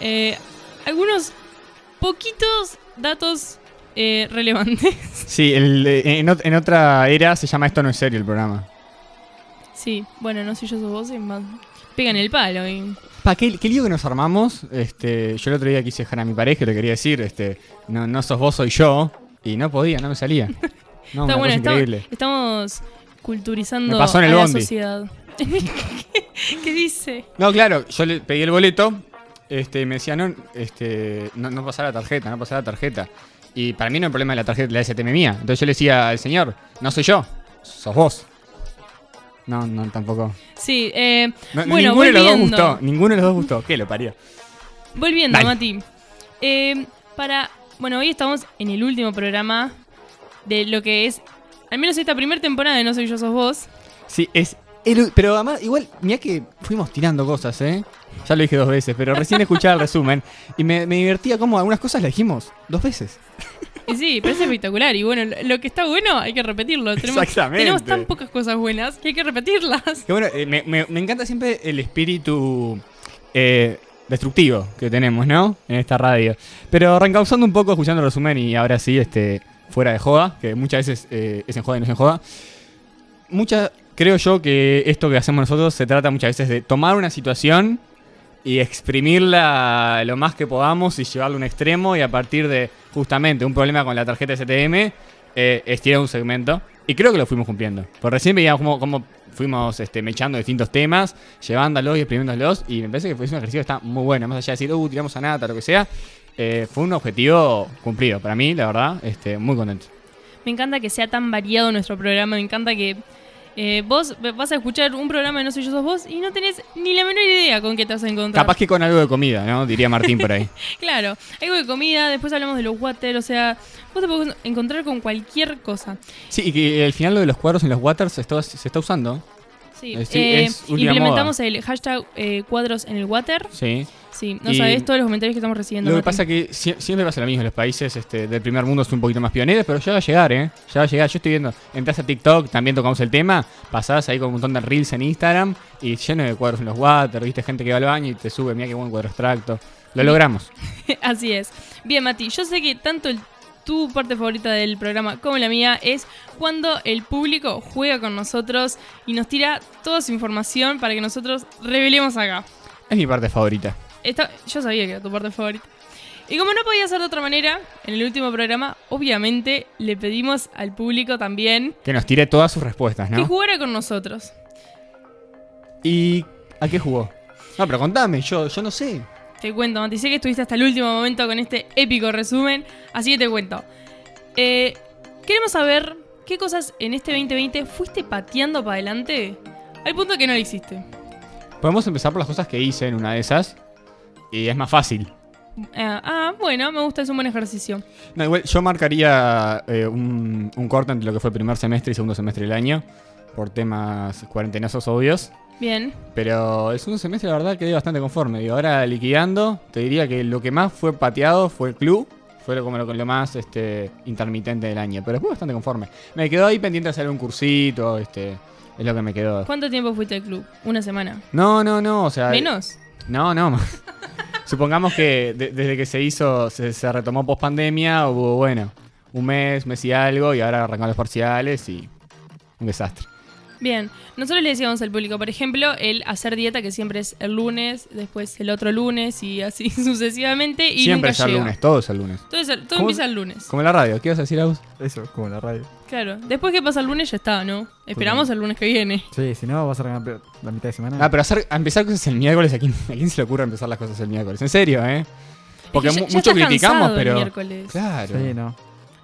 [SPEAKER 3] eh, algunos poquitos datos eh, relevantes.
[SPEAKER 4] Sí, el, eh, en, ot- en otra era se llama Esto no es serio el programa.
[SPEAKER 3] Sí, bueno, no sé yo sos vos, es más. Pegan el palo. y-
[SPEAKER 4] Pa, qué, qué lío que nos armamos. Este, yo el otro día quise dejar a mi pareja, le quería decir, este, no, no sos vos, soy yo. Y no podía, no me salía. No, una
[SPEAKER 3] Está bueno,
[SPEAKER 4] cosa
[SPEAKER 3] estamos,
[SPEAKER 4] increíble.
[SPEAKER 3] estamos culturizando
[SPEAKER 4] Me pasó en el
[SPEAKER 3] a la
[SPEAKER 4] bondi.
[SPEAKER 3] sociedad. ¿Qué dice?
[SPEAKER 4] No, claro, yo le pedí el boleto, este, y me decía, no, este, no, no pasar la tarjeta, no pasar la tarjeta. Y para mí no hay problema de la tarjeta, la STM mía. Entonces yo le decía al señor, no soy yo, sos vos. No, no, tampoco.
[SPEAKER 3] Sí, eh,
[SPEAKER 4] No,
[SPEAKER 3] bueno,
[SPEAKER 4] ninguno de los dos
[SPEAKER 3] volviendo.
[SPEAKER 4] gustó, ninguno de los dos gustó. ¿Qué lo parió?
[SPEAKER 3] Volviendo,
[SPEAKER 4] Dale.
[SPEAKER 3] Mati. Eh, para. Bueno, hoy estamos en el último programa de lo que es. Al menos esta primera temporada de No Soy Yo Sos Vos.
[SPEAKER 4] Sí, es. el- pero además, igual, mirá que fuimos tirando cosas, ¿eh? Ya lo dije dos veces, pero recién escuchaba el resumen. Y me, me divertía como algunas cosas las dijimos dos veces.
[SPEAKER 3] Y sí, parece espectacular. Y bueno, lo- lo que está bueno hay que repetirlo. Tenemos,
[SPEAKER 4] Exactamente.
[SPEAKER 3] Tenemos tan pocas cosas buenas que hay que repetirlas.
[SPEAKER 4] Que bueno, eh, me, me- me encanta siempre el espíritu eh, destructivo que tenemos, ¿no? En esta radio. Pero reencauzando un poco, escuchando el resumen y ahora sí, este, fuera de joda, que muchas veces eh, es en joda y no es en joda. Muchas, creo yo que esto que hacemos nosotros se trata muchas veces de tomar una situación y exprimirla lo más que podamos y llevarla a un extremo y a partir de justamente un problema con la tarjeta STM eh, estirar un segmento y creo que lo fuimos cumpliendo. Por recién veíamos cómo, cómo fuimos este, mechando distintos temas, llevándolos y exprimiéndolos y me parece que fue un ejercicio que está muy bueno, más allá de decir, uh, tiramos a nada, lo que sea. eh, fue un objetivo cumplido para mí, la verdad, este, muy contento.
[SPEAKER 3] Me encanta que sea tan variado nuestro programa. Me encanta que eh, vos vas a escuchar un programa de No Soy Yo Sos Vos y no tenés ni la menor idea con qué te vas a encontrar.
[SPEAKER 4] Capaz que con algo de comida, ¿no? Diría Martín por ahí.
[SPEAKER 3] Claro, algo de comida, después hablamos de los water, o sea, vos te podés encontrar con cualquier cosa.
[SPEAKER 4] Sí, y que al final lo de los cuadros en los waters se está, se está usando.
[SPEAKER 3] Sí,
[SPEAKER 4] Eh, sí,
[SPEAKER 3] eh,
[SPEAKER 4] es última
[SPEAKER 3] implementamos el hashtag eh, cuadros en el water.
[SPEAKER 4] Sí.
[SPEAKER 3] Sí, no
[SPEAKER 4] Y-
[SPEAKER 3] sabés todos los comentarios que estamos recibiendo.
[SPEAKER 4] Lo que
[SPEAKER 3] Martín.
[SPEAKER 4] pasa que sie- siempre pasa lo mismo en los países este, del primer mundo, son un poquito más pioneros, pero ya va a llegar, ¿eh? Ya va a llegar. Yo estoy viendo, entras a TikTok, también tocamos el tema, pasás ahí con un montón de reels en Instagram y lleno de cuadros en los water, viste gente que va al baño y te sube, mira qué buen cuadro extracto. Lo logramos.
[SPEAKER 3] Así es. Bien, Mati, yo sé que tanto el- tu parte favorita del programa como la mía es cuando el público juega con nosotros y nos tira toda su información para que nosotros revelemos acá.
[SPEAKER 4] Es mi parte favorita.
[SPEAKER 3] Esta- yo sabía que era tu parte favorita. Y como no podía ser de otra manera, en el último programa, obviamente le pedimos al público también
[SPEAKER 4] Que nos tire todas sus respuestas,
[SPEAKER 3] que
[SPEAKER 4] ¿no?
[SPEAKER 3] jugara con nosotros.
[SPEAKER 4] ¿Y a qué jugó? No, pero contame, yo, yo no sé.
[SPEAKER 3] Te cuento, Mati, sé que estuviste hasta el último momento con este épico resumen, así que te cuento. Eh, queremos saber qué cosas en este 2020 fuiste pateando para adelante al punto que no lo hiciste.
[SPEAKER 4] Podemos empezar por las cosas que hice en una de esas y es más fácil.
[SPEAKER 3] Ah, ah, bueno, me gusta, es un buen ejercicio.
[SPEAKER 4] No, igual yo marcaría eh, un, un corte entre lo que fue primer semestre y segundo semestre del año, por temas cuarentenosos obvios.
[SPEAKER 3] Bien,
[SPEAKER 4] Pero el segundo semestre, la verdad, quedé bastante conforme. Y ahora liquidando, te diría que lo que más fue pateado fue el club. Fue lo- como lo, lo más este, intermitente del año. Pero después bastante conforme. Me quedó ahí pendiente de hacer un cursito, este. Es lo que me quedó.
[SPEAKER 3] ¿cuánto tiempo fuiste al club? ¿Una semana?
[SPEAKER 4] No, no, no. O sea.
[SPEAKER 3] ¿Menos?
[SPEAKER 4] No, no. más. Supongamos que de- desde que se hizo, se, se retomó post pandemia, hubo, bueno, un mes, mes y algo, y ahora arrancaron los parciales y un desastre.
[SPEAKER 3] Bien, nosotros le decíamos al público, por ejemplo, el hacer dieta, que siempre es el lunes, después el otro lunes y así sucesivamente. Y
[SPEAKER 4] Siempre
[SPEAKER 3] nunca
[SPEAKER 4] es el
[SPEAKER 3] llega.
[SPEAKER 4] lunes, todo es el lunes.
[SPEAKER 3] Entonces, el- todo
[SPEAKER 4] ¿Cómo?
[SPEAKER 3] empieza el lunes.
[SPEAKER 4] Como la radio, ¿qué ibas a decir, Agus?
[SPEAKER 13] Eso, como en la radio.
[SPEAKER 3] Claro. Después que pasa el lunes ya está, ¿no? Esperamos el lunes que viene.
[SPEAKER 13] Sí, si no, vas a regalar la mitad de semana.
[SPEAKER 4] Ah, pero hacer, a empezar cosas el miércoles, ¿a quién, ¿a quién se le ocurre empezar las cosas el miércoles? En serio, ¿eh? Porque
[SPEAKER 3] Es que ya-
[SPEAKER 4] mu-
[SPEAKER 3] ya
[SPEAKER 4] mucho
[SPEAKER 3] estás
[SPEAKER 4] criticamos,
[SPEAKER 3] cansado el
[SPEAKER 4] pero...
[SPEAKER 3] miércoles.
[SPEAKER 4] Claro.
[SPEAKER 13] Sí, no.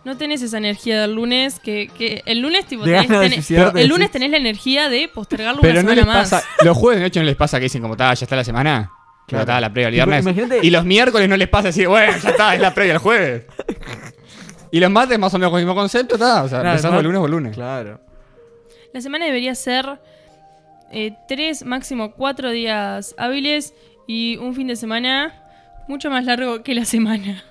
[SPEAKER 3] No tenés esa energía del lunes que, que el lunes tipo
[SPEAKER 13] De
[SPEAKER 3] tenés,
[SPEAKER 13] ganas de
[SPEAKER 3] tenés-
[SPEAKER 13] suicidarte,
[SPEAKER 3] el lunes
[SPEAKER 13] sí.
[SPEAKER 3] tenés la energía de postergarlo
[SPEAKER 4] Pero
[SPEAKER 3] una
[SPEAKER 4] no les
[SPEAKER 3] semana más.
[SPEAKER 4] pasa... Los jueves de noche no les pasa que dicen como, "Ta, ya está la semana. Claro,
[SPEAKER 13] Claro.
[SPEAKER 4] está la previa el viernes.
[SPEAKER 13] Imagínate-
[SPEAKER 4] Y los miércoles no les pasa así, bueno, ya está, es la previa el jueves. Y los martes más o menos con el mismo concepto, está. O sea,
[SPEAKER 13] Claro,
[SPEAKER 4] empezamos
[SPEAKER 13] ¿no?
[SPEAKER 4] el lunes o el lunes.
[SPEAKER 13] Claro.
[SPEAKER 3] La semana debería ser eh, tres, máximo cuatro días hábiles y un fin de semana mucho más largo que la semana.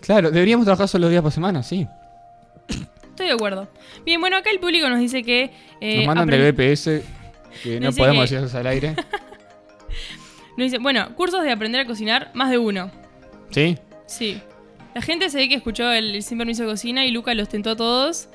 [SPEAKER 4] Claro, deberíamos trabajar solo días por semana, sí.
[SPEAKER 3] Estoy de acuerdo. Bien, bueno, acá el público nos dice que... eh,
[SPEAKER 4] Nos mandan
[SPEAKER 3] aprend-
[SPEAKER 4] del BPS que no
[SPEAKER 3] Dice
[SPEAKER 4] podemos
[SPEAKER 3] que-
[SPEAKER 4] decir eso al aire.
[SPEAKER 3] nos dice, bueno, cursos de aprender a cocinar, más de uno.
[SPEAKER 4] ¿Sí?
[SPEAKER 3] Sí. La gente se ve que escuchó el, el Sin Permiso de Cocina y Luca los tentó a todos.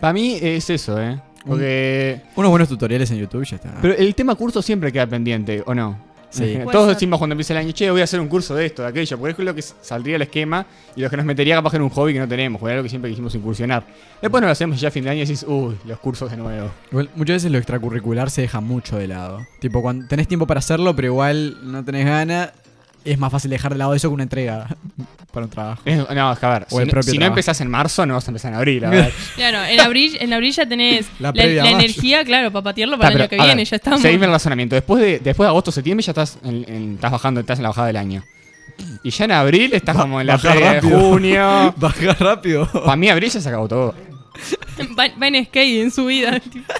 [SPEAKER 4] Para mí es eso, ¿eh? Porque...
[SPEAKER 5] Unos buenos tutoriales en YouTube y ya está.
[SPEAKER 4] Pero el tema curso siempre queda pendiente, ¿o no?
[SPEAKER 5] Sí.
[SPEAKER 3] Puede
[SPEAKER 4] Todos
[SPEAKER 3] ser.
[SPEAKER 4] decimos cuando empieza el año, che, voy a hacer un curso de esto, de aquello, porque es lo que saldría el esquema y lo que nos metería capaz en un hobby que no tenemos, porque era lo que siempre quisimos incursionar. Después nos lo hacemos y ya a fin de año y decís, uy, los cursos de nuevo.
[SPEAKER 5] Igual, muchas veces lo extracurricular se deja mucho de lado. Tipo, cuando tenés tiempo para hacerlo, pero igual no tenés gana, es más fácil dejar de lado eso que una entrega para un trabajo.
[SPEAKER 4] Es- no, es que a ver, si,
[SPEAKER 5] el
[SPEAKER 4] no-
[SPEAKER 5] propio
[SPEAKER 4] si no
[SPEAKER 5] trabajo.
[SPEAKER 4] empezás en marzo, no vas a empezar en abril, a ver.
[SPEAKER 3] Claro, en abril, en abril ya tenés
[SPEAKER 5] La
[SPEAKER 3] la,
[SPEAKER 5] previa
[SPEAKER 3] la
[SPEAKER 5] a mayo.
[SPEAKER 3] energía, claro, para patearlo para
[SPEAKER 4] Está,
[SPEAKER 3] el
[SPEAKER 4] pero,
[SPEAKER 3] año que
[SPEAKER 4] a ver,
[SPEAKER 3] viene, ya estamos.
[SPEAKER 4] Seguime el razonamiento. Después de, después de agosto, septiembre ya estás, en- en- estás bajando, estás en la bajada del año. Y ya en abril estás como en la
[SPEAKER 5] bajar
[SPEAKER 4] previa de
[SPEAKER 5] rápido.
[SPEAKER 4] junio.
[SPEAKER 5] Baja rápido.
[SPEAKER 4] Para mí abril ya se acabó todo.
[SPEAKER 3] Va, va en skate en su vida. tipo.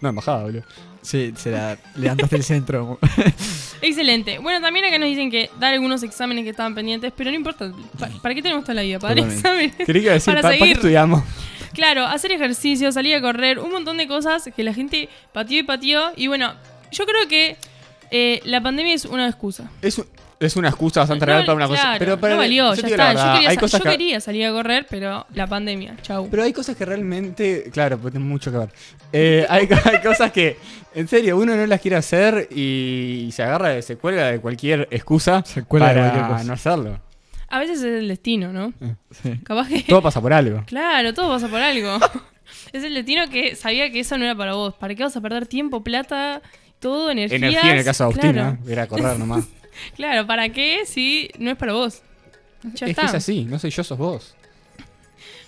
[SPEAKER 4] No, en bajada, boludo.
[SPEAKER 5] Sí, se la levantaste el centro.
[SPEAKER 3] Excelente. Bueno, también acá nos dicen que dar algunos exámenes que estaban pendientes, pero no importa. Pa- ¿Para qué tenemos toda la vida? Para dar
[SPEAKER 5] Totalmente.
[SPEAKER 3] exámenes.
[SPEAKER 4] Quería decir,
[SPEAKER 3] Para
[SPEAKER 4] ¿pa- ¿para qué
[SPEAKER 3] seguir.
[SPEAKER 4] estudiamos?
[SPEAKER 3] Claro, hacer ejercicio, salir a correr, un montón de cosas que la gente pateó y pateó. Y bueno, yo creo que eh, la pandemia es una excusa.
[SPEAKER 4] Es, un- es una excusa bastante real
[SPEAKER 3] No,
[SPEAKER 4] para una
[SPEAKER 3] claro,
[SPEAKER 4] cosa. Pero para-
[SPEAKER 3] no
[SPEAKER 4] yo
[SPEAKER 3] valió, ya
[SPEAKER 4] te digo la
[SPEAKER 3] está. Yo,
[SPEAKER 4] verdad,
[SPEAKER 3] quería,
[SPEAKER 4] hay
[SPEAKER 3] sa-
[SPEAKER 4] cosas
[SPEAKER 3] yo
[SPEAKER 4] que-
[SPEAKER 3] quería salir a correr, pero la pandemia, chau.
[SPEAKER 4] Pero hay cosas que realmente, claro, pues tiene mucho que ver. Eh, hay, co- hay cosas que, en serio, uno no las quiere hacer y, se agarra, de- se cuelga de cualquier excusa
[SPEAKER 5] Se cuelga de
[SPEAKER 4] para
[SPEAKER 5] cualquier cosa.
[SPEAKER 4] no hacerlo.
[SPEAKER 3] A veces es el destino, ¿no? Capaz que.
[SPEAKER 4] Eh, Todo pasa por algo.
[SPEAKER 3] Claro, todo pasa por algo. es el destino que sabía que eso no era para vos. ¿Para qué vas a perder tiempo, plata, todo, energías?
[SPEAKER 4] Energía en el caso de Agustina,
[SPEAKER 3] Claro,
[SPEAKER 4] era correr nomás.
[SPEAKER 3] claro, ¿para qué si no es para vos? Ya
[SPEAKER 4] es
[SPEAKER 3] está.
[SPEAKER 4] que es así, no soy yo, sos vos.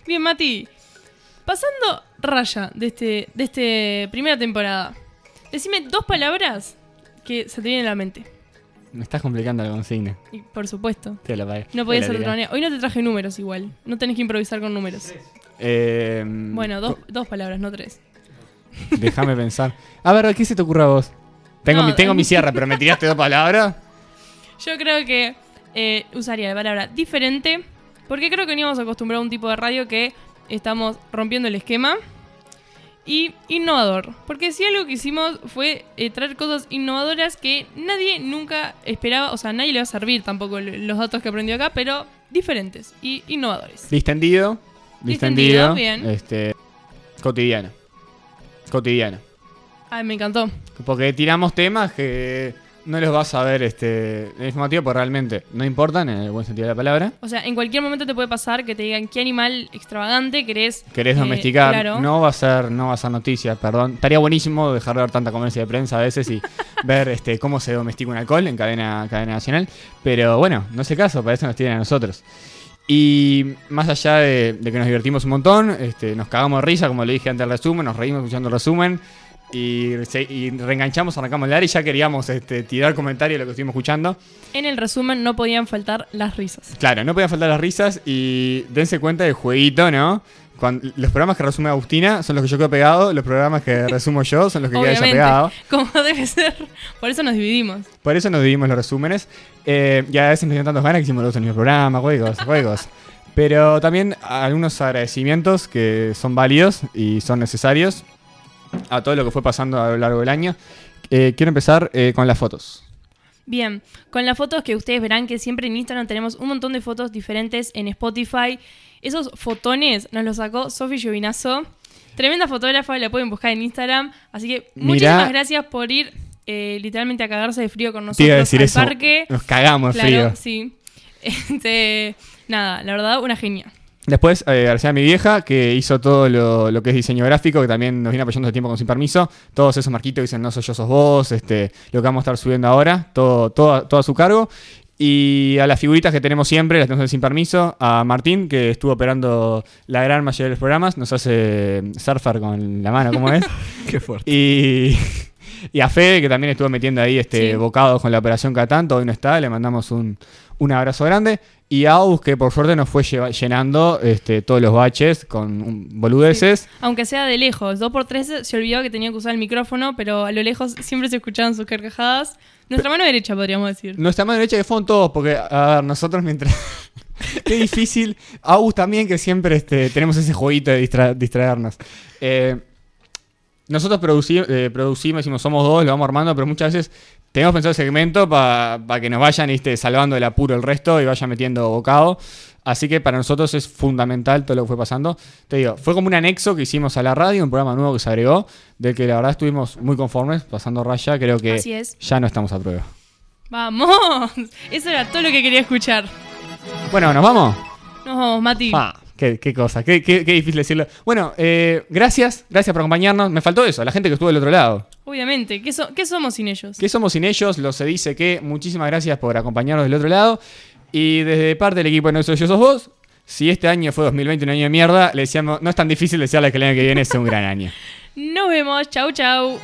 [SPEAKER 3] Bien, Mati. Pasando raya de este, de este primera temporada. Decime dos palabras que se te vienen a la mente.
[SPEAKER 4] Me estás complicando la consigna.
[SPEAKER 3] Y por supuesto.
[SPEAKER 4] Te la pagué.
[SPEAKER 3] No podía
[SPEAKER 4] Te la
[SPEAKER 3] ser de otra
[SPEAKER 4] tiré.
[SPEAKER 3] manera. Hoy no te traje números igual. No tenés que improvisar con números.
[SPEAKER 4] Eh,
[SPEAKER 3] Bueno, dos, dos palabras, no tres.
[SPEAKER 4] Déjame pensar. A ver, ¿qué se te ocurre a vos? Tengo,
[SPEAKER 3] No,
[SPEAKER 4] mi, tengo
[SPEAKER 3] eh.
[SPEAKER 4] mi cierre, pero me tiraste dos palabras.
[SPEAKER 3] Yo creo que eh, usaría la palabra diferente, porque creo que veníamos acostumbrados a un tipo de radio que estamos rompiendo el esquema. Y innovador, porque si algo que hicimos fue eh, traer cosas innovadoras que nadie nunca esperaba, o sea, nadie le va a servir tampoco lo- los datos que aprendió acá, pero diferentes y innovadores.
[SPEAKER 4] Distendido. Distendido.
[SPEAKER 3] Distendido, bien.
[SPEAKER 4] Este, cotidiano. Cotidiano.
[SPEAKER 3] Ay, Ah, me encantó.
[SPEAKER 4] Porque tiramos temas que no los vas a ver este, en el informativo, porque realmente no importan en el buen sentido de la palabra.
[SPEAKER 3] O sea, en cualquier momento te puede pasar que te digan qué animal extravagante querés.
[SPEAKER 4] Querés
[SPEAKER 3] eh,
[SPEAKER 4] domesticar,
[SPEAKER 3] claro.
[SPEAKER 4] no va a ser, no va a ser noticia, perdón. Estaría buenísimo dejar de ver tanta comercia de prensa a veces y ver este, cómo se domestica un alcohol en cadena, cadena nacional. Pero bueno, no es el caso, para eso nos tienen a nosotros. Y más allá de, de que nos divertimos un montón, este, nos cagamos de risa, como le dije antes del resumen, nos reímos escuchando el resumen. Y, se- y reenganchamos, arrancamos el área y ya queríamos este, tirar comentarios de lo que estuvimos escuchando.
[SPEAKER 3] En el resumen no podían faltar las risas.
[SPEAKER 4] Claro, no podían faltar las risas y dense cuenta del jueguito, ¿no? Cuan- los programas que resume Agustina son los que yo quedo pegado, los programas que resumo yo son los que queda ella
[SPEAKER 3] Obviamente.
[SPEAKER 4] pegado.
[SPEAKER 3] Como debe ser. Por eso nos dividimos.
[SPEAKER 4] Por eso nos dividimos los resúmenes. Eh, y a veces nos dieron tantas ganas que hicimos los dos en el mismo programa, juegos, juegos. Pero también algunos agradecimientos que son válidos y son necesarios a todo lo que fue pasando a lo largo del año. Eh, quiero empezar eh, con las fotos.
[SPEAKER 3] Bien, con las fotos que ustedes verán que siempre en Instagram tenemos un montón de fotos diferentes en Spotify. Esos fotones nos los sacó Sofi Lluvinazo. Tremenda fotógrafa, la pueden buscar en Instagram. Así que muchísimas gracias por ir eh, literalmente a cagarse de frío con
[SPEAKER 4] Te
[SPEAKER 3] nosotros
[SPEAKER 4] iba a decir
[SPEAKER 3] al
[SPEAKER 4] eso.
[SPEAKER 3] parque.
[SPEAKER 4] Nos cagamos de
[SPEAKER 3] Claro,
[SPEAKER 4] frío.
[SPEAKER 3] sí. Este, nada, la verdad, una genia.
[SPEAKER 4] Después, eh, agradecer a mi vieja, que hizo todo lo, lo que es diseño gráfico, que también nos viene apoyando todo el tiempo con Sin Permiso. Todos esos marquitos que dicen, no soy yo, sos vos, este, lo que vamos a estar subiendo ahora, todo, todo, a- todo a su cargo. Y a las figuritas que tenemos siempre, las tenemos en Sin Permiso, a Martín, que estuvo operando la gran mayoría de los programas, nos hace surfar con la mano, ¿cómo es?
[SPEAKER 5] Qué fuerte.
[SPEAKER 4] Y, y a Fede, que también estuvo metiendo ahí este
[SPEAKER 3] Sí.
[SPEAKER 4] bocado con la operación cada tanto, hoy no está, le mandamos un, un abrazo grande. Y a Aus, que por suerte nos fue lleva- llenando este, todos los baches con un- boludeces.
[SPEAKER 3] Aunque sea de lejos, 2x3 se olvidó que tenía que usar el micrófono, pero a lo lejos siempre se escuchaban sus carcajadas. Nuestra mano derecha, podríamos decir.
[SPEAKER 4] Nuestra mano derecha que fueron todos, porque a ver, nosotros mientras. Qué difícil. Agus también, que siempre este, tenemos ese jueguito de distra- distraernos. Eh, nosotros produci- eh, producimos, decimos, somos dos, lo vamos armando, pero muchas veces tenemos pensado el segmento para que nos vayan este, salvando del apuro el resto y vayan metiendo bocado. Así que para nosotros es fundamental todo lo que fue pasando. Te digo, fue como un anexo que hicimos a la radio, un programa nuevo que se agregó, del que la verdad estuvimos muy conformes, pasando raya, creo que
[SPEAKER 3] Así es.
[SPEAKER 4] ya no estamos a prueba.
[SPEAKER 3] Vamos, eso era todo lo que quería escuchar.
[SPEAKER 4] Bueno, ¿nos vamos?
[SPEAKER 3] Nos vamos, Mati.
[SPEAKER 4] Ah, qué, qué cosa, qué, qué- qué difícil decirlo. Bueno, eh, gracias, gracias por acompañarnos. Me faltó eso, la gente que estuvo del otro lado.
[SPEAKER 3] Obviamente, ¿qué, so- qué somos sin ellos?
[SPEAKER 4] ¿Qué somos sin ellos? Lo se dice que muchísimas gracias por acompañarnos del otro lado. Y desde parte del equipo de Nosotros Yo Sos Vos, si este año fue 2020 un año de mierda, le decíamos, no es tan difícil desearles que el año que viene sea un gran año.
[SPEAKER 3] Nos vemos, chau, chau.